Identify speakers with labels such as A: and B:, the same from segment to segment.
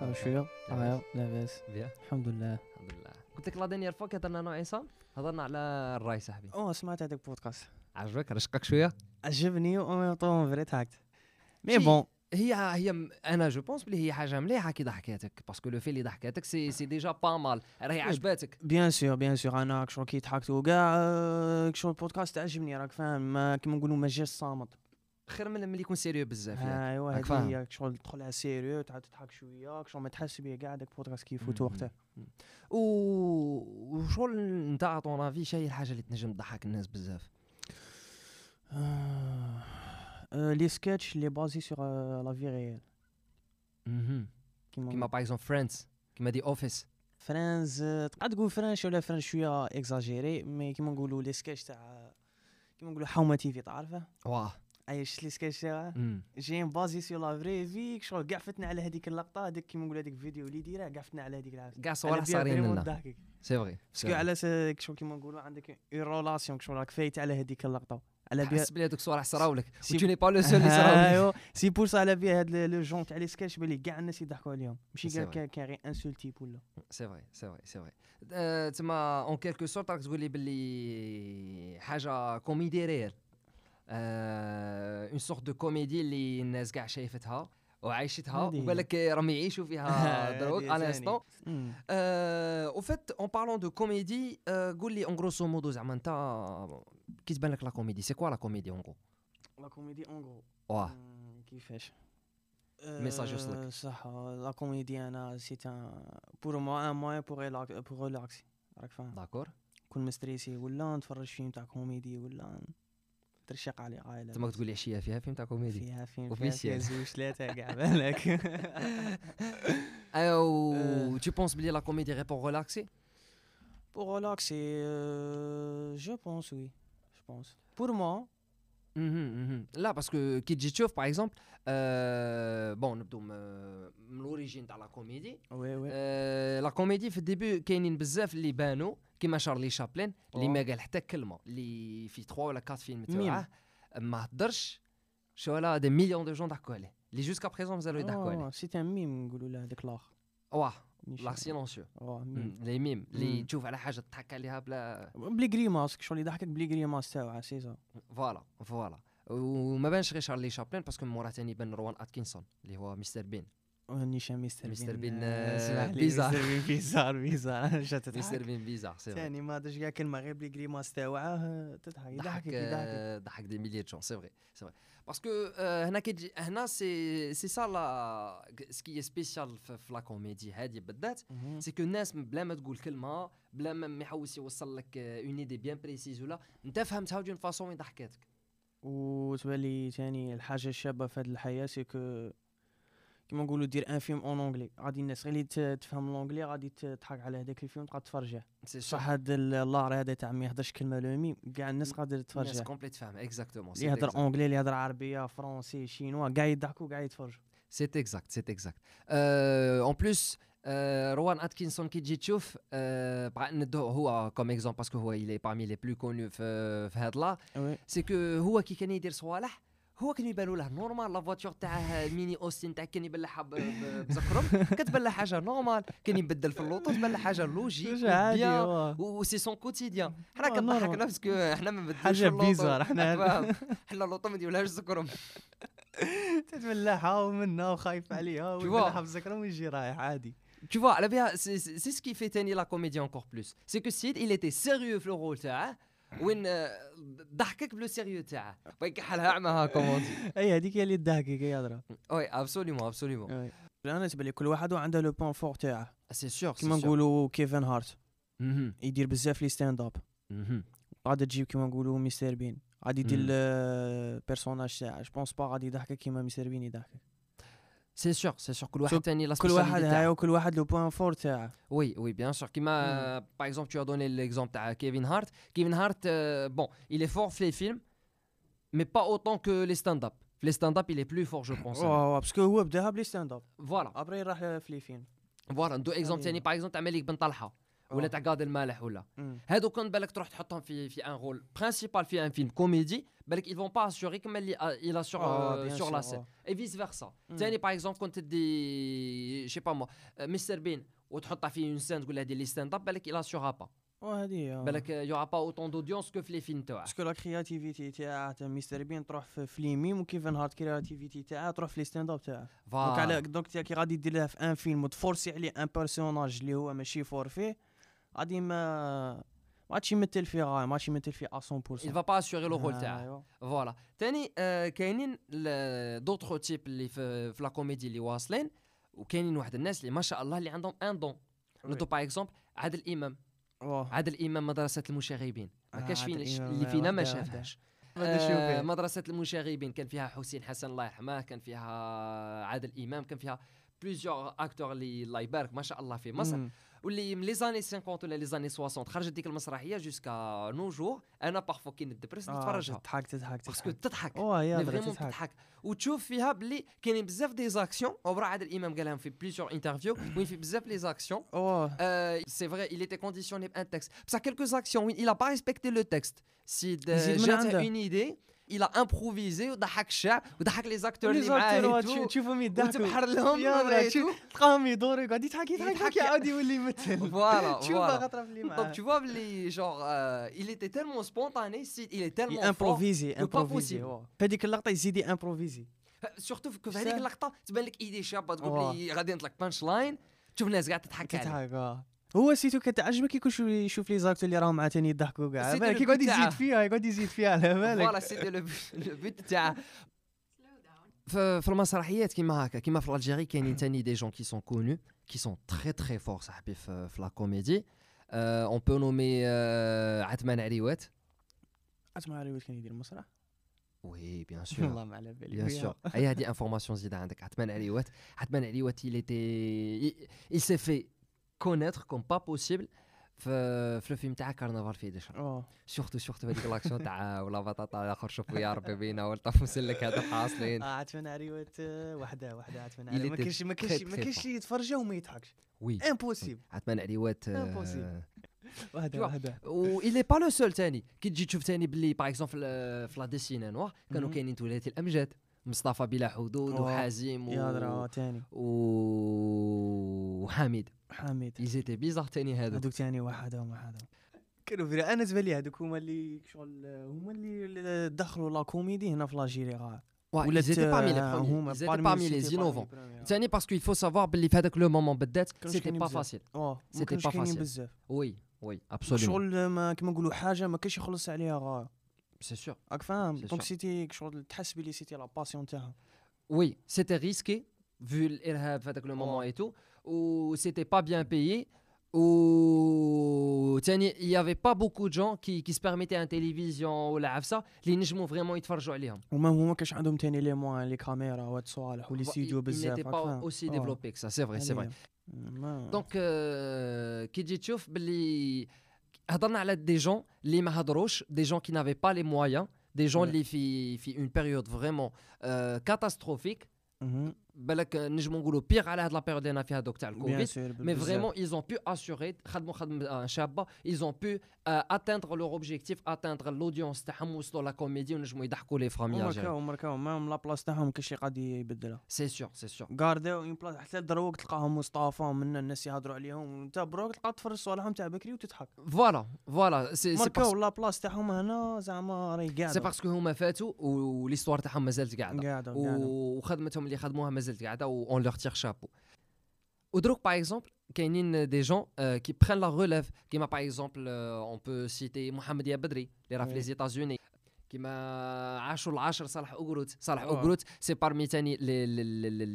A: طيب،
B: شويه
A: لاباس.
B: آه، لاباس
A: بيا
B: الحمد لله
A: الحمد لله قلت لك لا دانيير فوا كي هضرنا انا وعصام هضرنا على الراي صاحبي
B: او سمعت هذاك بودكاست
A: عجبك رشقك شويه
B: عجبني و ميم طون فري تاكت مي
A: شي-
B: بون
A: هي هي م- انا جو بونس بلي هي حاجه مليحه كي ضحكاتك باسكو لو في اللي ضحكاتك سي سي ديجا با مال راهي عجباتك
B: بيان سور بيان سور انا كشغل كي ضحكت وكاع آه، كشغل البودكاست عجبني راك فاهم ما كيما نقولوا ما جاش صامت
A: خير من ملي يكون سيريو بزاف ياك.
B: ايوا
A: راك
B: هذه
A: فاهم.
B: هي كشغل تدخل على سيريو تعاود تضحك شويه كشغل ما تحس بيه كاع داك بودكاست كيفوت
A: مم.
B: وقته
A: و وشغل نتاع طون افي شي هي الحاجه اللي تنجم تضحك الناس بزاف
B: آه، آه، لي سكتش لي بازي سور آه، لا في ريال
A: مهم. كيما باغ اكزومبل فريندز كيما دي اوفيس
B: فرانز تقعد تقول فرانش ولا فرانش شويه اكزاجيري مي كيما نقولوا لي سكيتش تاع كيما نقولوا حومه تي في تعرفه
A: واه
B: اي شفت لي سكيتش تاعها
A: مم.
B: جايين بازي سي لا فري في شغل كاع فتنا على هذيك اللقطه هذيك كيما نقولوا هذيك الفيديو اللي ديرها كاع فتنا على هذيك العافيه
A: كاع صوالح صارين لنا
B: ضحكك
A: سي فغي
B: باسكو على س- شغل كيما نقولوا عندك اون رولاسيون شغل راك فايت على هذيك اللقطه على أيوه. بها
A: حس بلي هذوك الصوالح صراولك
B: سي-
A: وتوني با لو سول اللي صراولك
B: ايوا سي بور سا على بها هاد لو جون تاع لي سكيتش باللي كاع الناس يضحكوا عليهم ماشي
A: سي
B: كاع
A: فري.
B: كان كان غير ان سول تيب ولا
A: سي فغي سي فغي سي فغي آه، تما اون كيلكو سورت راك تقول لي باللي حاجه كوميدي ريال اون سورت دو كوميدي اللي الناس كاع شايفتها وعايشتها
B: هادي هي.
A: وبالك راهم يعيشوا فيها
B: هادي
A: دروك على
B: ثاني.
A: انستون
B: مم.
A: او فات اون بارلون دو كوميدي قول لي اون غروسو مودو زعما انت كي تبان لك لا كوميدي سي كوا لا كوميدي اون غرو
B: لا كوميدي اون غرو
A: واه
B: مم، كيفاش
A: Message
B: Euh,
A: Ah. يوصلك.
B: صح لا كوميدي انا سيت ان بور موا ان موان بور بور ريلاكسي راك فاهم
A: داكور
B: كون مستريسي ولا نتفرج فيلم تاع كوميدي ولا نترشق على عائله
A: تما تقول لي عشيه فيها فيلم تاع كوميدي
B: فيها فيلم فيها فيها
A: Officiel.
B: زوج ثلاثه كاع بالك
A: Euh, او تو بونس بلي لا كوميدي غي بور ريلاكسي
B: بور ريلاكسي جو بونس وي جو بونس بور موا
A: مهم، مهم. لا باسكو كي تجي تشوف باغ اكزومبل آه، بون نبدو م- من الاوريجين تاع لا كوميدي
B: وي وي
A: آه، لا كوميدي في الديبي كاينين بزاف اللي بانوا كيما شارلي شابلين اللي
B: آه.
A: ما قال حتى كلمه اللي في 3 ولا 4 فيلم
B: ميم.
A: تاعه ما هدرش شو لا دي مليون دو جون ضحكوا عليه اللي جوسكا بريزون مازالوا
B: Oh.
A: يضحكوا عليه
B: سيت ان ميم نقولوا له هذاك لاخ
A: واه لا سيلونسيو
B: واه ميم
A: مم، لي ميم اللي
B: مم.
A: تشوف على حاجه تضحك عليها بلا
B: بلي غريماس شغل يضحكك بلي غريماس تاعو سي سا
A: فوالا فوالا وما بانش غير شارلي شابلين باسكو من مورا تاني بان روان اتكنسون اللي هو مستر بين
B: نيشان مستر بين
A: مستر بين،
B: آه،
A: آه،
B: اسمح لي،
A: بيزار.
B: مستر بين بيزار بيزار جات
A: مستر
B: تضحك
A: بين بيزار سي فري.
B: ثاني ما درش كاع كلمه غير بلي غريماس تاوعه آه، تضحك
A: ضحك آه،
B: يضحكك يضحكك
A: ضحك دي ميليي جون سي فري سي فري باسكو آه، euh، هنا كي تجي- هنا سي سي سا لا سكي سبيسيال في في لا كوميدي هذه بالذات
B: مهم.
A: سي كو الناس بلا ما تقول كلمه بلا ما ما يحوس يوصل لك euh، اون ايدي بيان بريسيز ولا انت فهمتها دون فاسون وين ضحكاتك
B: وتبالي ثاني الحاجه الشابه في هذه الحياه سي كو كيما نقولوا دير ان فيلم اون اونغلي غادي الناس غير اللي ت- تفهم لونغلي غادي ت- تضحك على هذاك الفيلم تقعد تفرجه
A: سي
B: صح هاد ال- اللار هذا تاع ما يهدرش كلمه لو ميم كاع الناس قادر
A: الناس
B: تفرجه
A: كومبليت فاهم اكزاكتومون
B: اللي يهضر اونغلي اللي يهضر عربيه فرونسي شينوا كاع يضحكوا كاع يتفرجوا
A: C'est exact, c'est exact. Euh, en plus, euh, Rowan Atkinson qui dit tchouf, euh, بغا ندوه هو comme exemple parce que هو il est parmi les plus connus في في هاد لا
B: وي
A: سي كو هو كي كان يدير صوالح هو كان يبانوا له نورمال لا فواتور تاعه ميني اوستين تاع كان يبلعها ب- ب- بزكرم كتبان له حاجه نورمال كان يبدل في اللوطو تبان له حاجه لوجيك
B: حاجه عادي
A: بيان.
B: واه.
A: و سي سون كوتيديان حنا
B: آه،
A: كنضحكنا
B: نورمال.
A: باسكو حنا ما نبدلوش
B: حاجة
A: في اللوطو.
B: بيزار، حنا-
A: فاهم؟ حنا اللوطو ما نديرولهاش زكرم
B: تتملحها ومنها وخايف عليها
A: Tu vois.
B: ويملحها في الزكرة ويجي رايح عادي
A: Tu vois, la BA, c'est c'est- c'est ce qui fait tenir la comédie encore plus. C'est que Sid, il était sérieux, في le rôle تاعه وين آه، ضحكك بلو سيريو تاعه ويك حالها عمها كوموندي
B: اي هذيك هي اللي تضحكك هي هضره
A: وي ابسوليمون
B: Euh,
A: ابسوليمون
B: انا تبان لي كل واحد عنده لو بون فور تاعه
A: سي سيغ
B: كيما نقولوا كيفن هارت
A: نقول
B: يدير بزاف لي ستاند اب
A: mhm.
B: غادي تجيب كيما نقولوا مستر بين غادي يدير
A: مم.
B: البيرسوناج تاعه جو بونس با غادي يضحكك كيما مستر بين يضحكك
A: سي سيغ سي سيغ كل واحد
B: شوف،
A: تاني لا
B: كل واحد
A: spécialité
B: هاي
A: تاعه.
B: وكل واحد لو بوان فور تاعه
A: Oui, oui, bien sûr. Qui m'a, par exemple, tu as donné l'exemple à Kevin Hart. Kevin Hart, euh, bon, il est fort fait les films, mais pas autant que les stand-up. Les stand-up, il est plus fort, je pense.
B: واه باسكو oh, هو بداها بلي ستاند اب
A: Voilà.
B: ابري راح في لي فيلم
A: فوالا ندو اكزومبل
B: أيوة.
A: Ben ثاني باغ اكزومبل تاع مالك بن طلحه
B: Ah.
A: ولا تاع قاد المالح ولا
B: Oh. مم.
A: هادو كان بالك تروح تحطهم في في ان رول برينسيبال في ان فيلم كوميدي بالك ils vont pas assurer كما اللي الى سور
B: آه، Ah, bien
A: سور لا
B: sûr، Hmm.
A: سين
B: آه.
A: اي فيس فيرسا
B: مم.
A: ثاني باغ اكزومبل كنت تدي شي با مو مستر بين وتحطها في اون سين تقول له هذه لي ستاند اب بالك الى سيغا با
B: وهذه هي
A: بالك يو با اوتون دودونس كو في لي فيلم تاعه
B: باسكو لا كرياتيفيتي تاع تاع ميستر بين تروح في في لي ميم وكيفن هارت كرياتيفيتي تاعها تروح في لي ستاند اب تاعه
A: Ah.
B: دونك على دونك تاع كي غادي دير لها في ان فيلم وتفورسي عليه ان بيرسوناج اللي هو ماشي فورفي غادي ما ما عادش يمثل فيه غاية ما عادش يمثل فيه 100%
A: il va pas assurer le rôle
B: آه،
A: تاعه
B: أيوة.
A: فوالا ثاني كاينين ل- دوطخ تيب اللي في في لا كوميدي اللي واصلين وكاينين واحد الناس اللي ما شاء الله اللي عندهم ان دون نضو باغ اكزومبل عادل امام
B: أوه.
A: عادل امام مدرسه المشاغبين ما
B: آه،
A: كاش
B: عادل
A: فينا ش-
B: إمام،
A: اللي فينا ما
B: وحدة- وحدة.
A: شافهاش
B: غادي
A: آه،
B: نشوف
A: مدرسه المشاغبين كان فيها حسين حسن الله يرحمه كان فيها عادل امام كان فيها بليزيور اكتور اللي الله يبارك ما شاء الله في مصر
B: مم.
A: واللي من لي زاني 50 ولا لي زاني 60 خرجت ديك المسرحيه جوسكا نو جور انا بارفو كي ندبرس
B: آه،
A: نتفرجها
B: تضحك تضحك
A: باسكو
B: تضحك
A: تضحك
B: اوه يا
A: اللي
B: برا
A: فريمون
B: تضحك
A: تضحك وتشوف فيها باللي كاينين بزاف دي زاكسيون وبرا عادل امام قالهم في بليزيور انترفيو وين في بزاف لي زاكسيون
B: اوه
A: Euh, c'est vrai, il était conditionné par un texte. Pour ça, quelques actions, oui, il n'a pas respecté le texte. Si de-
B: Zid
A: j'ai
B: Menanda.
A: une idée, il a improvisé, ou ضحك الشعب، وضحك les acteurs اللي معاه et tout.
B: تشوف- تشوفهم يضحكوا
A: وتبحر لهم
B: يا
A: نظرة
B: برا
A: et tout.
B: تشوف تلقاهم يدوروا يقعد يضحك يضحك يضحك
A: يضحك.
B: يعاود يولي يمثل
A: Voilà,
B: تشوف
A: voilà.
B: غطرة في اللي
A: Donc
B: معاه
A: tu vois, les, genre, euh, il était tellement spontané, Sid, il est tellement fort.
B: امبروفيزي
A: لو با
B: امبروفيزي
A: possible.
B: أوه. في هذيك اللقطه يزيد امبروفيزي
A: Euh, Surtout que في
B: Ça.
A: هذيك اللقطة تبان لك ايدي شابة
B: واه.
A: تقول لي غادي نطلق بانش لاين تشوف الناس قاعد تضحك عليه.
B: كتضحك آه. هو سيتو كتعجبك كي شو- يشوف لي زاكتو اللي راهم عاوتاني يضحكوا كاع
A: سيتو
B: بالك
A: البيت
B: يقعد يزيد
A: تاعه.
B: فيها يقعد يزيد فيها على
A: فوالا
B: بالك
A: سيتي لو بوت تاع في في المسرحيات كيما هكا كيما في الجيري كاينين تاني دي جون كي سون كونو كي سون تري تري فور صاحبي في في لا كوميدي اون بو نومي عثمان عريوات
B: اسمع عريوت كان يدير المسرح
A: وي بيان سور
B: والله ما على بالي
A: بيان سور اي هذه انفورماسيون زيد عندك عثمان عريوات عثمان عريوات il était il s'est fait connaître comme pas possible في في الفيلم تاع كارنفال في دشر
B: اوه
A: سورتو سورتو هذيك لاكسيون تاع ولا بطاطا اخر شوفوا يا ربي بينا ولا طفوا سلك هذا حاصلين
B: آه، عتمنى عريوت آه، وحده وحده عتمنى
A: Il
B: عريوت ما
A: était
B: كاينش ما
A: très,
B: كاينش ما
A: très
B: كاينش اللي يتفرجها وما يضحكش
A: وي
B: امبوسيبل
A: عثمان عريوات
B: Impossible.
A: آه،
B: وحده
A: Tu vois.
B: وحده
A: و إلي با لو سول تاني كي تجي تشوف تاني باللي باغ اكزومبل في لا ديسينا نوار كانوا
B: مهم.
A: كاينين تولايه الامجاد مصطفى بلا حدود
B: أوه.
A: وحازم و-
B: يا درا تاني
A: و وحميد
B: حميد
A: ايزيتي بيزار تاني هذا
B: هذوك تاني وحدهم وحدهم كانوا فري انا تبان لي هذوك هما اللي شغل هما اللي- اللي دخلوا لا كوميدي هنا في لاجيري غا
A: ولا تاني parmi
B: euh,
A: les premiers ils étaient euh, parmi les innovants تاني باسكو يفو سافوار باللي في هذاك لو مومون بالذات
B: كانوش
A: سيتي
B: كاينين
A: با
B: بزاف.
A: فاسيل
B: اه
A: Oh, C'était
B: ما كانوش
A: pas
B: كاينين
A: facile. euh,
B: بزاف
A: وي وي ابسولومون
B: شغل ما كيما نقولوا حاجه ما كاينش يخلص عليها غا
A: euh, سي سور
B: راك فاهم
A: C'est
B: دونك
A: sûr.
B: سيتي شغل تحس بلي سيتي لا باسيون تاعها
A: Oui, c'était risqué, vu l'Irhab à le moment et tout, ou c'était pas bien payé, ou Tiens, il y avait pas beaucoup de gens qui, qui se permettaient à la télévision ou la ça, les Nijmou vraiment يتفرجوا عليهم.
B: هما هما ما كانش عندهم تاني لي موان لي كاميرا وهاد الصوالح ولي
A: Bah, Ils
B: ستوديو
A: ils
B: بزاف
A: n'étaient
B: راك
A: pas
B: فاهم
A: aussi
B: آه.
A: développés que ça, c'est vrai, c'est vrai.
B: هذه هي.
A: Mm,
B: ما-
A: دونك euh, كي تجي تشوف باللي هضرنا على دي جون اللي ما هضروش دي جون كي نافي با لي مويان دي جون
B: Ouais.
A: اللي في في اون بيريود فريمون euh, كاتاستروفيك Mm-hmm.
B: مهم.
A: بالك نجمو نقولوا بيغ على هاد لا بيريود اللي انا فيها دوك تاع
B: بيان
A: الكوفيد
B: سور
A: Mais
B: بزاف.
A: vraiment, ils ont pu assurer, خدموا- خدموا- آه، شابة, ils ont pu euh, atteindre leur objectif, atteindre l'audience تاعهم, وصلوا لا كوميدي ونجموا يضحكوا les familles
B: هما
A: الجيريانية.
B: كاو هما كاو ما لا بلاص تاعهم كاش اللي غادي يبدلها
A: C'est sûr, c'est sûr.
B: كارداو اون بلاص حتى دروك تلقاهم مصطفى من الناس يهضروا عليهم وانت بروك تلقى تفرج صوالحهم تاع بكري وتضحك
A: Voilà, voilà, c'est c'est parce,
B: ماركاو لا بلاص تاعهم هنا زعما راهي
A: c'est
B: قاعده
A: parce que هما فاتوا و- وليستوار تاعهم مازالت قاعدة.
B: قاعده قاعده
A: و- وخدمتهم اللي خدموها مازالت قاعدة و on leur tire chapeau. ودروك باغ اكزومبل كاينين euh, دي جون كي بخان لا غوليف كيما euh, باغ اكزومبل اون بو سيتي محمد يا بدري اللي راه في
B: Oui.
A: لي زيتازوني كيما عاشو العاشر صالح اوغروت صالح
B: Ouais.
A: اوغروت سي بارمي تاني لي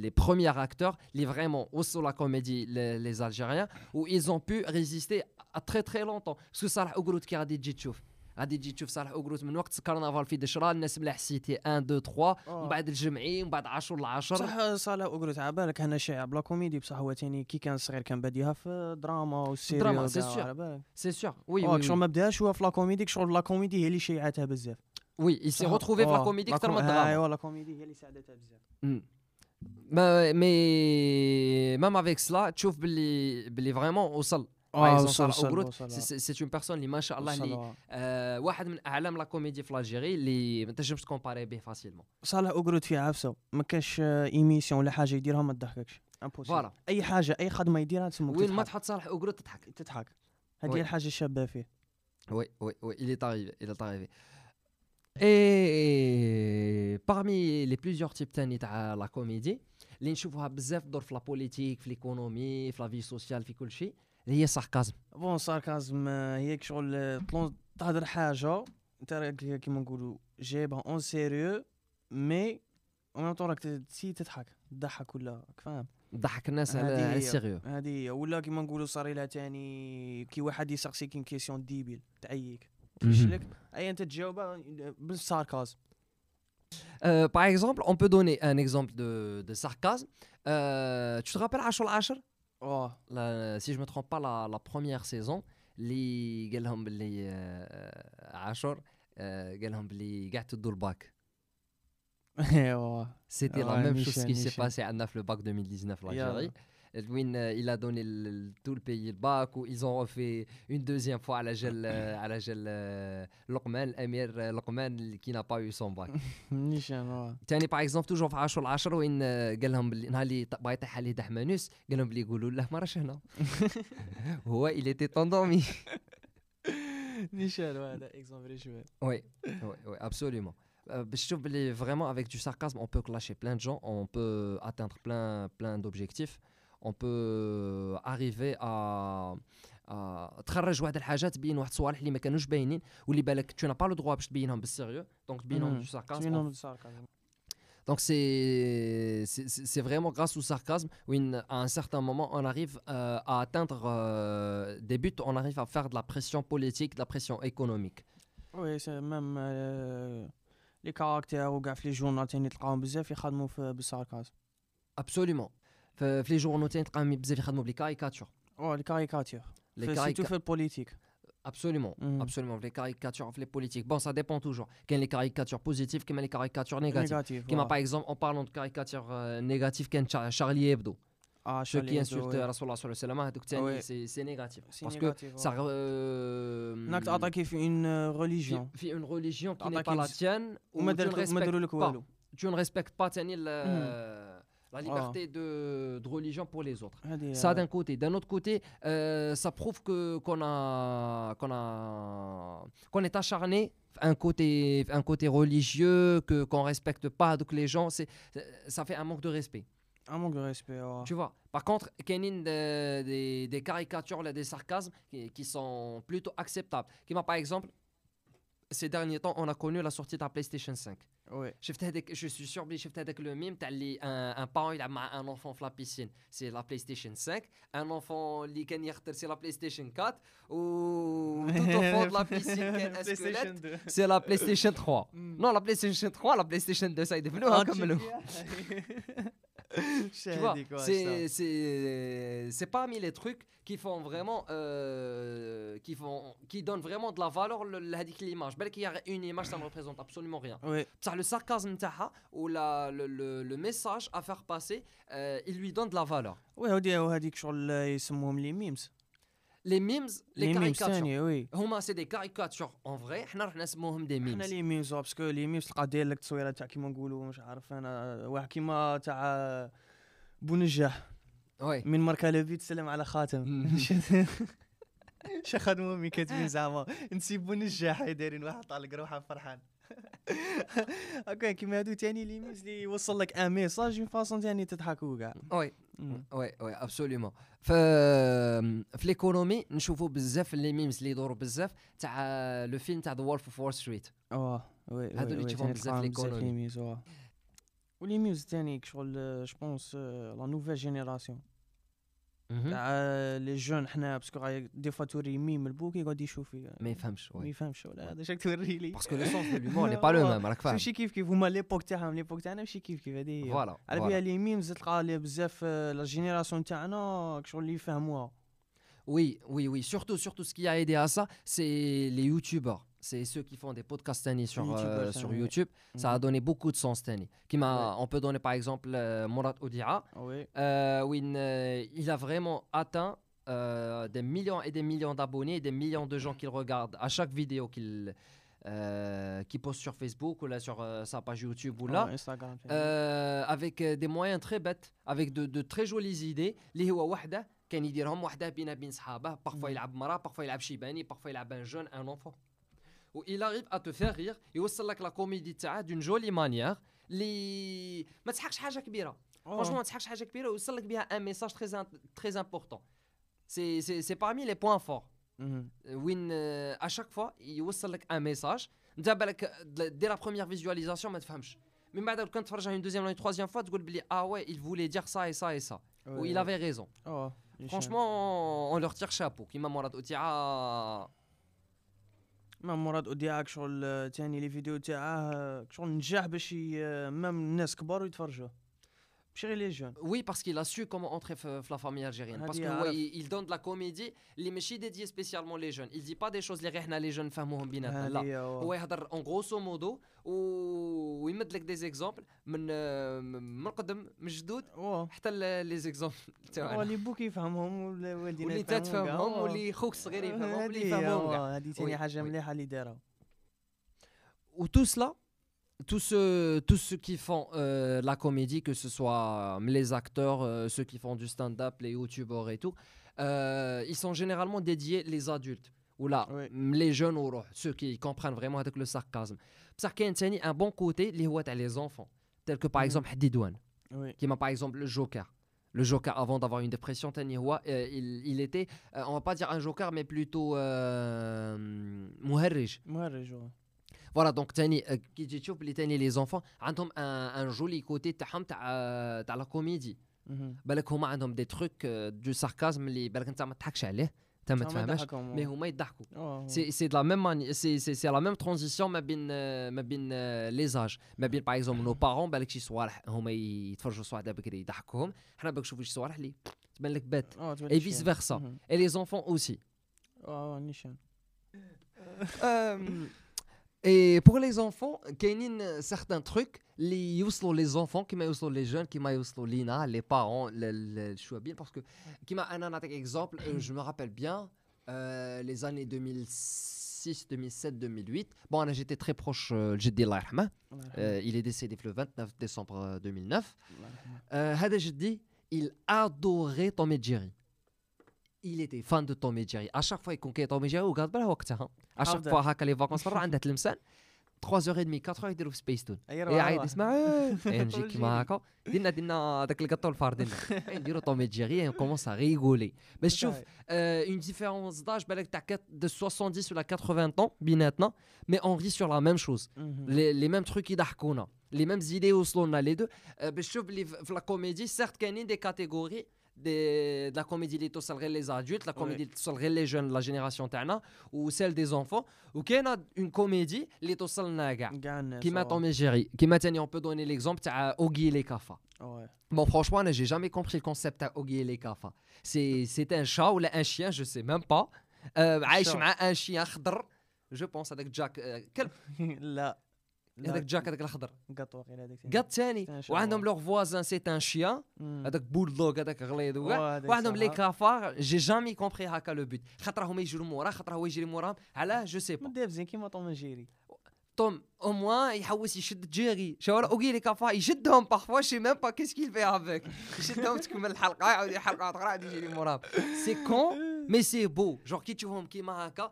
A: لي بروميير اكتور اللي فريمون وصلوا لا كوميدي لي زالجيريان و ايزون بو ريزيستي تري تري لونتون باسكو صالح اوغروت كي غادي تجي تشوف غادي تجي تشوف صالح اوغروت من وقت الكرنفال في دشرا الناس ملاح سيتي 1 2 3 من بعد الجمعي من بعد عاشور العاشر
B: آه. بصح صالح اوغروت على بالك هنا شاعب لا كوميدي بصح هو تاني كي كان صغير كان باديها في دراما والسيريو
A: دراما،
B: وكاع،
A: سي سيغ.
B: على بالك
A: سي سور وي
B: آه،
A: وي
B: شغل ما بداش هو في لا كوميدي شغل لا كوميدي هي اللي شيعتها بزاف
A: وي il s'est
B: بصح-
A: retrouvé في لا
B: آه،
A: كوميدي
B: لا
A: اكثر من
B: كوم-
A: الدراما
B: ايوا لا كوميدي هي اللي ساعدتها بزاف
A: Mm. Mais, mais même avec cela, tu trouves que vraiment, Ah, au sol. باغ
B: آه،
A: إكزومبل
B: وصل-
A: صالح أوغروت،
B: وصل- وصل-
A: سي- سي- سي اون بيرسون اللي ما شاء الله اللي
B: وصل-
A: آه، واحد من اعلام لا كوميدي في الجيري اللي ما تنجمش تكومباري به فاسيلمون
B: صالح اوغروت فيها عفسه ما كاش آه، ايميسيون ولا حاجه يديرها ما تضحككش امبوسيبل
A: فوالا
B: اي حاجه اي خدمه يديرها تسموك
A: وين ما
B: تضحك.
A: تحط صالح اوغروت تضحك
B: تضحك هذه
A: وي.
B: هي الحاجه الشابه فيه
A: Oui, oui, oui, il est arrivé, il est arrivé. Et parmi les plusieurs types تاني تاع لا كوميدي اللي نشوفوها بزاف تدور في لا بوليتيك في ليكونومي في لا في سوسيال في كل شيء اللي هي ساركازم
B: بون ساركازم آه، هيك شغل آه، طلون تهضر حاجه انت راك كيما نقولوا جايبها اون سيريو مي اون ميم طون راك ت- سي تضحك تضحك ولا راك فاهم
A: ضحك الناس على
B: هذه
A: على
B: هي.
A: السيريو
B: هذه هي ولا كيما نقولوا صار لها تاني كي واحد يسقسيك اون كيسيون ديبيل تعيك لك اي انت تجاوبها بالساركازم
A: Euh, par exemple, on peut donner un exemple de, de sarcasme. Euh, tu te rappelles Ashur Ashur
B: اه
A: La- Si je ne me trompe pas, la, la première saison, les قالهم باللي عاشور قالهم باللي قاعد تدوا الباك
B: ايوا
A: C'était la
B: Ouais,
A: même
B: Michel,
A: chose qui s'est
B: Michel.
A: passé à Naf le bac 2019 l'Algérie. Edwin, euh, il a donné le- le- tout le pays le bac où ils ont refait une deuxième fois à la gel euh, à la gel euh, Lokman, Amir euh, Lokman qui n'a pas eu son bac.
B: نيشان اه
A: ثاني باغ اكزومبل توجور في 10 العشر وين آه، قال لهم بلي- نهار اللي ط- باغي يطيح عليه دحمانوس قال لهم بلي يقولوا له ما راش هنا هو il était endormi.
B: نيشان هذا اكزومبل شويه
A: Oui, oui, oui, absolument. Euh, je trouve que vraiment avec du sarcasme, on peut clasher plein de gens, on peut atteindre plein, plein d'objectifs, on peut arriver à à تخرج واحد الحاجه تبين واحد الصوالح اللي ما كانوش باينين واللي بالك tu n'as pas le droit باش تبينهم بالسيريو دونك تبينهم
B: مم.
A: du sarcasme
B: شنو الساركازم
A: Donc c'est c'est- c'est c'est vraiment grâce au sarcasme où une- à un certain moment on arrive euh, à atteindre euh, des buts, on arrive à faire de la pression politique, de la pression économique.
B: وي سي ميم آه، لي كاركتير وكاع في لي جورنال تاني تلقاهم بزاف يخدموا في بالساركازم
A: Absolument. F- في لي جورنو تاعي تلقاهم بزاف يخدموا بلي كاريكاتور
B: اه لي كاريكاتير
A: لي
B: سيتو
A: كاريكا
B: في البوليتيك
A: ابسوليومون
B: مم.
A: ابسوليومون لي كاريكاتور في لي بوليتيك بون سا ديبون توجور كاين لي كاريكاتور بوزيتيف كيما لي كاريكاتور نيجاتيف
B: نيجاتيف
A: كيما
B: آه.
A: باغ اكزومبل اون بارلون دو كاريكاتور نيجاتيف كان شا- شارلي هيبدو
B: اه
A: سو
B: شغل
A: كي
B: يدو،
A: انسولت رسول
B: وي.
A: الله صلى الله عليه وسلم هذوك تاني
B: وي.
A: سي سي نيجاتيف
B: سي
A: باسكو
B: نيجاتيف، آه.
A: Ça, euh,
B: هناك تاتاكي في اون ريليجيون
A: في une religion qui n'est
B: Attaquer
A: pas la
B: une-
A: tienne ou
B: وما
A: tu ne
B: دارولك- ما
A: respectes
B: دارولك
A: pas.
B: والو
A: Tu ne respectes pas تاني ال- la liberté de, de religion pour les autres.
B: هذه
A: Ça d'un côté. D'un autre côté, euh, ça prouve que qu'on a qu'on a qu'on est acharné un côté un côté religieux que qu'on respecte pas donc les gens c'est c'est- ça fait un manque de respect
B: ان مونك ريسبي اه
A: tu vois par contre Kenin des, des, des caricatures là, des sarcasmes qui, qui sont plutôt acceptables qui m'a par exemple ces derniers temps on a connu la sortie de la PlayStation 5
B: وي
A: شفت هذاك جو سوي سور بلي شفت هذاك لو ميم تاع اللي ان بارون يلعب مع ان انفون في لا بيسين سي لا بلاي ستيشن 5 ان انفون اللي كان يختار سي لا بلاي ستيشن 4 و tout au fond de la piscine كان ان سكوليت سي لا بلاي ستيشن 3
B: Hmm.
A: نو لا بلاي ستيشن 3 لا بلاي ستيشن 2 سا
B: Ah,
A: يدفنوها كملوا Tu vois, c'est- c'est c'est parmi les trucs qui font vraiment, euh, qui font, qui donnent vraiment de la valeur le- à cette image. Belle qu'il y a une image, ça ne représente absolument rien.
B: وي
A: Ça, le sarcasme taha ou la, le, le- le message à faire passer, euh, il lui donne de la valeur.
B: وي هادي هذيك شغل يسموهم لي ميمز
A: Les memes, les,
B: لي ميمز
A: caricatures.
B: ثاني وي
A: هما c'est des caricatures en vrai. حنا راح نسموهم des memes.
B: حنا لي ميمز آه، باسكو لي ميمز تلقى داير لك تصويره تاع كيما نقولوا مش عارف انا واحد كيما تاع بونجاح
A: Ouais.
B: من ماركا لوبي تسلم على خاتم
A: مم.
B: شا خدموا مي كاتبين زعما نسيب بونجاح دايرين واحد طالق روحه فرحان هكا كيما هادو تاني لي ميمز اللي يوصل لك ان ميساج اون فاصون تاني تضحكوا كاع
A: Ouais. Ouais, ouais, absolument. ف في l'économie, نشوفوا بزاف les memes اللي يدوروا بزاف تاع euh, le film تاع The Wolf of Wall Street.
B: اه وي
A: هادو اللي تشوفهم بزاف لي كولوني.
B: لي ميمز اه ولي ميمز تاني شغل آه، جوبونس لا نوفيل جينيراسيون تاع لي جون حنا باسكو غاي- دي فوا توري ميم البوك يقعد يشوف فيه.
A: ما يفهمش
B: ما
A: وي
B: يفهمش ولا هذا شاك توري لي
A: باسكو لو سونس دو لومور ني با لو ميم راك فاهم
B: ماشي كيف كيف هما ليبوك تاعهم ليبوك تاعنا ماشي كيف كيف هذه هي
A: فوالا
B: على بالي لي ميمز تلقى لي بزاف آه، لا جينيراسيون تاعنا شغل اللي يفهموها
A: Oui, oui, oui. Surtout, surtout, ce qui a aidé à ça, c'est les youtubeurs. C'est ceux qui font des podcasts Stanley sur,
B: Les youtubeurs,
A: euh,
B: ça,
A: sur
B: oui.
A: YouTube. Ça a
B: Mhm.
A: donné beaucoup de sens, Stanley. Qui m'a, On peut donner par exemple euh, Mourad Oudia,
B: وي
A: où il, il a vraiment atteint euh, des millions et des millions d'abonnés, des millions de gens qui le regardent à chaque vidéo qu'il euh, qu'il poste sur Facebook ou là sur euh, sa page YouTube ou là,
B: Ouais, Instagram. c'est-
A: euh, avec euh, des moyens très bêtes, avec de, de très jolies idées. اللي هو وحده كان يديرهم وحده بينا بين صحابه، parfois يلعب مرة، parfois يلعب شيباني، parfois يلعب un jeune, un enfant. و il arrive à te faire rire يوصل لك لا كوميدي تاعه d'une jolie manière اللي ما تسحقش حاجة كبيرة.
B: Oh,
A: Franchement, تحكش حاجه كبيره ويوصل لك بها ان ميساج très in- très important. C'est c'est c'est parmi les points forts.
B: mhm.
A: وين آه، à chaque fois يوصل لك ان ميساج انت بالك دير لا بروميير فيزواليزاسيون ما تفهمش من بعد لو كان تفرجها اون دوزيام ولا تروازيام فوا تقول بلي اه واي il voulait dire ça et ça et ça
B: Ouais,
A: و il avait raison
B: oh, les
A: franchement on leur tire chapeau كيما مراد اوتيعا
B: chaînes. يعني؟ ما مراد اوديعك شغل آه، تاني لي فيديو تاعه آه، شغل نجح باش ي- آه، مام الناس كبار يتفرجوا ماشي غير لي جون
A: Oui, parce qu'il a su comment entrer f- f- la famille algérienne.
B: Ah,
A: Parce
B: dis,
A: qu'il
B: Araf.
A: donne de la comédie, les méchis dédiés spécialement les jeunes. Il dit pas des choses les rehna les jeunes
B: Ah,
A: فهموهم بيناتنا لا.
B: هذه آه،
A: هو يهضر en grosso modo و- ويمد لك des exemples euh, من آه، من قدم من جدود
B: أوه.
A: حتى ل- les exemples
B: أوه،
A: تاعنا.
B: اللي بوك يفهمهم ولا والدينا
A: واللي انت
B: يفهمهم كاع.
A: تفهمهم
B: أوه.
A: واللي خوك الصغير
B: hein. آه،
A: يفهمهم واللي
B: هذه،
A: يفهمهم كاع.
B: آه، هذه
A: وي،
B: ثاني حاجه
A: وي.
B: مليحه اللي دارها
A: ou tout cela, tous ceux, tous ceux qui font euh, la comédie, que ce soit euh, les acteurs, euh, ceux qui font du stand-up, les youtubeurs et tout, euh, ils sont généralement dédiés les adultes. Ou là,
B: Oui.
A: m- les jeunes ou là, ceux qui comprennent vraiment avec le sarcasme. Parce qu'il y a un tani- un bon côté, les ouates à les enfants, tels que par
B: Mhm.
A: exemple Hadidouane,
B: وي
A: qui m'a par exemple le Joker. Le Joker, avant d'avoir une dépression, tani هو, euh, il, il était, euh, on va pas dire un Joker, mais plutôt euh, مهرج.
B: مهرج هو.
A: فوالا دونك تاني أه، كي تجي تشوف اللي تاني لي زونفون عندهم ان ان جولي كوتي تاعهم تاع أه، تاع لا كوميدي
B: مهم.
A: بالك هما عندهم دي تروك أه، دو ساركازم اللي بالك انت ما تضحكش عليه انت ما
B: تا
A: تفهمش
B: يضحكهم هو.
A: مي هما يضحكوا
B: أوه، هو.
A: سي سي دو لا ميم ماني سي سي سي لا ميم ترانزيسيون ما بين أه، ما بين لي زاج ما بين باغ اكزومبل نو بارون بالك شي صوالح هما يتفرجوا صوالح بكري يضحكوهم حنا بالك شوفوا شي صوالح اللي تبان لك بات
B: أوه، تولي
A: اي
B: شي.
A: فيس فيرسا
B: مهم.
A: اي لي زونفون اوسي
B: أوه، نيشان
A: Euh, et pour les enfants, Kenin, certains trucs, les yuslo, les enfants, qui m'a yuslo, les jeunes, qui m'a yuslo, Lina, les parents, le- le chouabine, parce que, qui m'a un autre exemple, euh, je me rappelle bien, euh, les années 2006, 2007, 2008. Bon, là, j'étais très proche, euh, Jeddi Allah yarhamah.
B: الله يرحمه.
A: Euh, il est décédé le 29 décembre euh, 2009.
B: الله يرحمه.
A: Euh, هذا جدي il adorait Tom et Jerry il était fan de Tom et Jerry à chaque fois يكون كي Tom et Jerry وقعد بالها وقتها à chaque
B: حاضر.
A: fois hein, هكا لي فاكونس مرة عندها تلمسان 3h30 4h يديروا في سبيس تون
B: أي روعة،
A: يعاود
B: روعة.
A: يسمع إيه، نجي كيما هكا دينا دينا داك القطو الفار دينا إيه، نديرو توم اي جيري كومونس ريغولي باش تشوف
B: صحيح.
A: اون ديفيرونس داج بالك تاع كات- de 70 ولا 80 طون بيناتنا مي اون ري سور لا ميم شوز
B: مهم.
A: لي لي ميم تروك يضحكونا لي ميم زيدي يوصلوا لنا لي دو أه، باش تشوف اللي في في لا كوميدي سيرت كاينين دي كاتيجوري دي لا كوميدي اللي توصل غير لي زادولت لا
B: وي.
A: كوميدي اللي توصل غير لي جون لا جينيراسيون تاعنا وسيل دي زونفون وكاينه اون كوميدي اللي توصل لنا كاع
B: كاع الناس
A: كيما
B: أوه.
A: تومي جيري كيما تاني اون بو دوني ليكزومبل تاع اوغي لي كافا
B: أوه.
A: Bon, franchement, là, j'ai jamais compris le concept à Oggy et les cafards. C'est c'est un chat ou là, un chien, je sais même pas. Euh, عايش
B: Chat.
A: مع un chien خضر. Je pense avec Jack. euh, quel-
B: لا لا،
A: avec Jack, avec الخضر.
B: قط واقيلا هذاك تاني.
A: قط ثاني
B: C'est un chat, Hmm.
A: وعندهم
B: ouais.
A: leur voisin, c'est un chien.
B: مم.
A: هذاك بولدوغ هذاك غليظ وكاع.
B: أوه، هذاك
A: وعندهم لي
B: صراحة.
A: كافار j'ai jamais compris هكا لو but. خاطر هما يجروا موراه خاطر هو يجري موراهم علاه جو سي با.
B: مدابزين كيما طوم جيري
A: توم او موان يحوس يشد جيري شو ولا اوكي لي كافا يشدهم بارفوا شي ميم با كيس كيل فيها بك يشدهم تكمل الحلقه يعاود الحلقه اخرى عاد يجري موراهم سي كون مي سي بو جور كي تشوفهم كيما هكا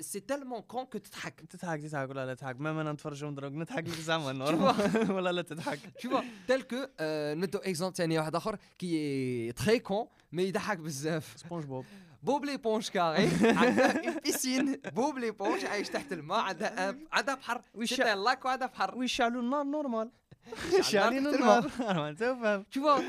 A: سي تالمون كون كو تضحك
B: تضحك تضحك ولا لا تضحك ما انا نتفرجهم دروك نضحك لك زعما نورمال ولا لا تضحك
A: tu vois tel que euh, ندو اكزومبل ثاني واحد اخر كي تري كون مي يضحك بزاف
B: سبونج بوب
A: بوب ليبونش كاري عندها بيسين بوب ليبونش عايش تحت الماء عندها عندها بحر
B: وش-
A: سيت ان لاك وعندها بحر
B: ويشعلوا النار نورمال
A: شعلين
B: شعلين
A: النار.
B: النار نورمال تفهم
A: tu vois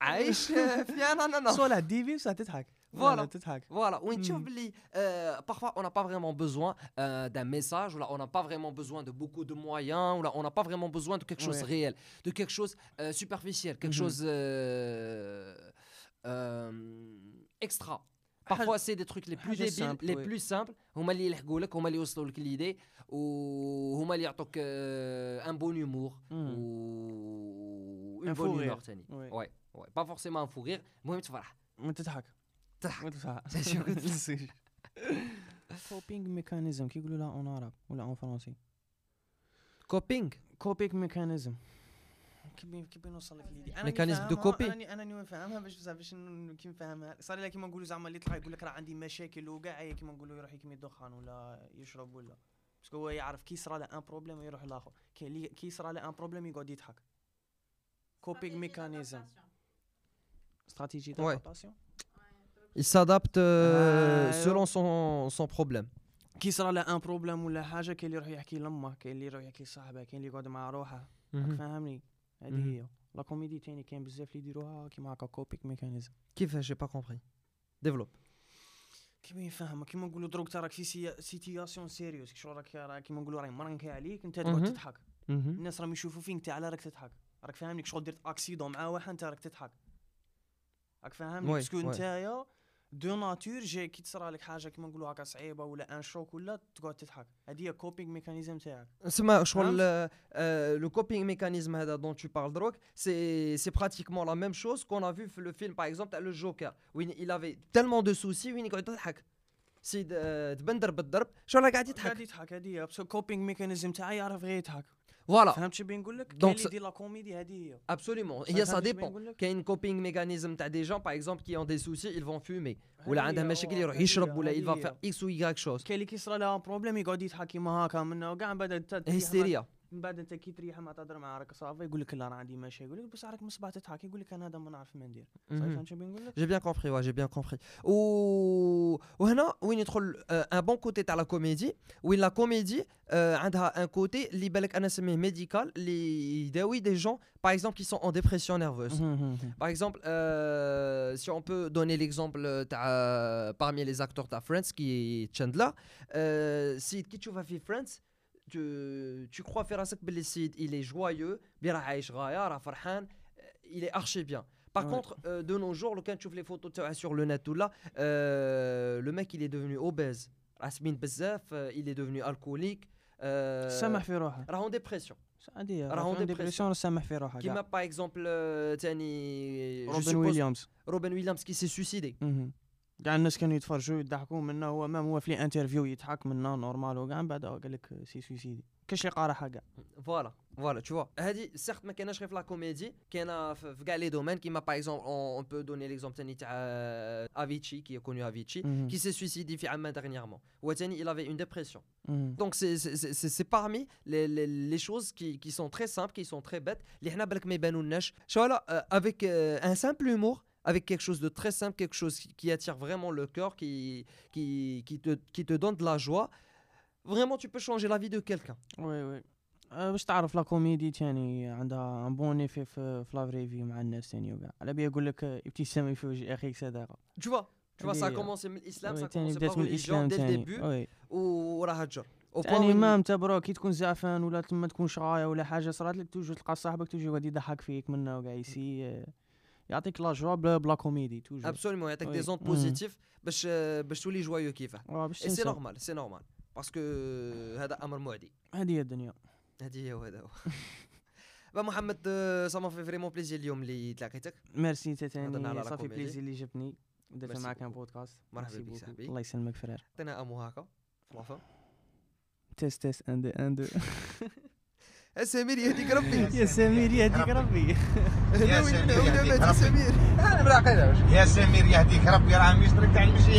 A: عايش في انا انا
B: صوالح ديفي وساعة تضحك
A: Voilà.
B: ولا تضحك
A: Voilà, on
B: Mhm.
A: Euh, parfois on n'a pas vraiment besoin euh, d'un message, ou là, on n'a pas vraiment besoin de beaucoup de moyens, ou là, on n'a pas vraiment besoin de quelque chose
B: Ouais.
A: réel, de quelque chose euh, superficiel, quelque
B: Mhm.
A: chose euh, euh, extra.
B: Ah,
A: Parfois, c'est des trucs les plus
B: حاجة
A: débiles,
B: simple,
A: les
B: ouais.
A: plus simples. هما اللي يلحقوا لك هما اللي يوصلوا لك l'idée ou هما اللي يعطوك euh, un bon humour
B: Mhm.
A: ou une
B: Un fou
A: bonne
B: rire.
A: humeur ثاني.
B: Ouais.
A: ouais, ouais. pas forcément un fou rire, المهم تفرح
B: ما تضحك
A: الضحك
B: شو قلت كوبينغ ميكانيزم كيقولوا لها اون عرب ولا اون فرونسي
A: كوبينغ
B: كوبينغ ميكانيزم كيبين كيبين نوصل لك ليدي انا
A: Mechanism
B: ميكانيزم
A: to copy.
B: انا انا ني نفهمها باش بزاف باش ن- كي نفهمها صار لها كيما نقولوا زعما اللي طلع يقول لك راه عندي مشاكل وكاع كيما نقولوا يروح يكمي الدخان ولا يشرب ولا باسكو هو يعرف كي صرا له ان بروبليم يروح لاخر كي اللي- كي صرا له ان بروبليم يقعد يضحك كوبينغ ميكانيزم استراتيجي
A: Ouais.
B: دادابتاسيون
A: Il s'adapte euh,
B: Ah,
A: selon son, son problème.
B: كي صرا له ان بروبليم ولا حاجه كاين اللي يروح يحكي لامه كاين اللي يروح يحكي لصاحبه كاين اللي يقعد مع روحه راك فاهمني هذه
A: مهم.
B: هي لا كوميدي تاني كاين بزاف اللي يديروها كيما هكا كوبيك ميكانيزم
A: Kif, j'ai pas compris. Développe.
B: كيما يفهمك كيما نقولوا دروك تراك في سي... سيتياسيون سيريوس شو راك راك كيما نقولوا راهي مرنكه عليك انت تقعد
A: مهم.
B: تضحك الناس راهم يشوفوا فيك انت على راك تضحك راك فاهمني شغل درت اكسيدون مع واحد انت راك تضحك راك فاهمني
A: وي،
B: باسكو
A: وي.
B: نتايا دو ناتور جاي كي تصرى لك حاجه كيما نقولوا هكا صعيبه ولا ان شوك ولا تقعد تضحك هذه هي كوبينغ ميكانيزم تاعك
A: Sma- je crois
B: Hein?
A: le, euh, le coping mécanisme هذا dont tu parles, Drog, c'est c'est pratiquement la même chose qu'on a vu f- le film, par exemple, t'as le Joker. Où il, il avait tellement de soucis, où il est ضحك. سيد تبندر بالضرب شو راه قاعد يضحك
B: قاعد يضحك هذه هي باسكو كوبينغ ميكانيزم تاعي يعرف غير يضحك
A: فوالا
B: فهمت شنو بين نقول لك
A: Donc
B: كاين اللي
A: ça-
B: يدير لا كوميدي هذه هي
A: Absolument.
B: Ça
A: Il y a
B: fait
A: ça
B: un petit
A: dépend.
B: peu de look.
A: Qu'il y a une coping mécanisme. T'as des gens, par exemple, qui ont des soucis, ils vont fumer. Ou
B: هذه
A: là, un
B: هي،
A: des machins
B: هو-
A: qui
B: هذه هي،
A: يشرب, ou là, il
B: هذه
A: va
B: هي.
A: faire X ou Y chose.
B: كاين اللي كيصرى لها بروبليم يقعد يضحك كيما هكا منه وكاع من بعد انت تريح مع-
A: Hystéria.
B: من بعد انت كي تريح مع تهضر مع راك صافي يقول لك لا راه عندي مشاكل يقول لك بصح راك من الصباح تضحك يقول لك انا هذا ما نعرف ما ندير صافي
A: Mhm.
B: فهمت شنو بين نقول لك
A: J'ai bien compris, ouais, j'ai bien compris. Ou, ou هنا, où il y a euh, un bon côté à la comédie, où la comédie euh, a un côté, li بالك أنا نسميه médical, li يداوي des gens, par exemple, qui sont en dépression nerveuse. Par exemple, euh, si on peut donner l'exemple euh, تاع- euh, parmi les acteurs de Friends, qui est Chandler, euh, si qui tu vas faire Friends, tu, tu crois faire un sac il est joyeux, بلي راه عايش غاية, راه فرحان, euh, il est archi bien. Par
B: Ouais.
A: contre, euh, de nos jours, quand tu vois les photos تاعه sur le net ou là, euh, le mec il est devenu obèse, Asmin Bezzaf, euh, il est devenu alcoolique, euh,
B: سامح في روحه
A: راه en dépression.
B: هذه هي
A: راهو
B: آه، راهو
A: depression.
B: ديبرسيون سامح في روحه
A: Qui
B: كاع.
A: m'a par exemple, euh, تاني, je
B: روبن
A: suppose-
B: ويليامز
A: Robin Williams qui s'est suicidé.
B: مهم. كاع الناس كانوا يتفرجوا يضحكوا منه هو مام هو في لي انترفيو يضحك منه نورمال وكاع من بعد قال لك سي سويسيدي كاش اللي قارحها كاع
A: Voilà, voilà, tu vois. هذه certes ما كاناش غير في لا كوميدي كاينه في في كاع لي دومين كيما باغ اكزومبل اون بو دوني ليكزومبل ثاني تاع euh, افيتشي كي كوني افيتشي
B: مهم.
A: qui s'est suicidé في عام dernièrement هو ثاني il avait une dépression
B: مهم.
A: donc c'est c'est- c'est c'est- c'est parmi les, les, les choses qui, qui sont très simples qui sont très bêtes اللي حنا بالك ما يبانولناش شوالا euh, avec euh, un simple humour avec quelque chose de très simple quelque chose qui, qui attire vraiment le cœur qui qui qui te qui te donne de la joie vraiment tu peux changer la vie de quelqu'un
B: وي وي أه، باش تعرف لا كوميدي تاني عندها ان بون ايفي في في لافريفي مع الناس تاني وكاع على بالي يقول لك أه، ابتسامه في وجه اخيك صداقه
A: tu vois tu vois ça a
B: Oui.
A: commencé من الاسلام ça
B: وي،
A: a
B: تاني
A: commencé par
B: بدات من
A: religion
B: الاسلام
A: dès le
B: تاني
A: début
B: وي
A: وراها تجر au point où
B: تاني
A: il-
B: ما انت برو كي تكون زعفان ولا تما تكون شغايه ولا حاجه صرات لك توجو تلقى صاحبك توجو يقعد يضحك فيك منه وكاع يسي أه، يعطيك لا جوا بلا بلا كوميدي توجو
A: absolument يعطيك
B: Oui.
A: des ondes
B: Mhm.
A: positives باش آه، باش تولي جوايو كيفه
B: اه باش
A: Et c'est
B: تنسى
A: normal, c'est normal. Parce que euh, هذا امر معدي
B: هذه هي الدنيا
A: هذه هي وهذا هو با محمد آه، Bah, euh, ça m'a fait vraiment plaisir اليوم اللي تلاقيتك
B: ميرسي انت
A: هضرنا على
B: تاني
A: لا
B: صافي
A: كوميدي.
B: بليزي اللي جبتني درت
A: ميرسي
B: معاك ان
A: بوكو.
B: بودكاست
A: مرحبا
B: ميرسي
A: بك
B: بوكو.
A: صاحبي.
B: الله يسلمك فرير
A: عطينا امو هكا في العفو
B: تيست تيست اند اند
A: سمير يهديك ربي
B: يا سمير يهديك ربي
A: هنا وين هنا
C: سمير يهديك
A: مات
C: ربي.
A: سمير
C: يا سمير يهديك ربي راه ميسترك تاع المشي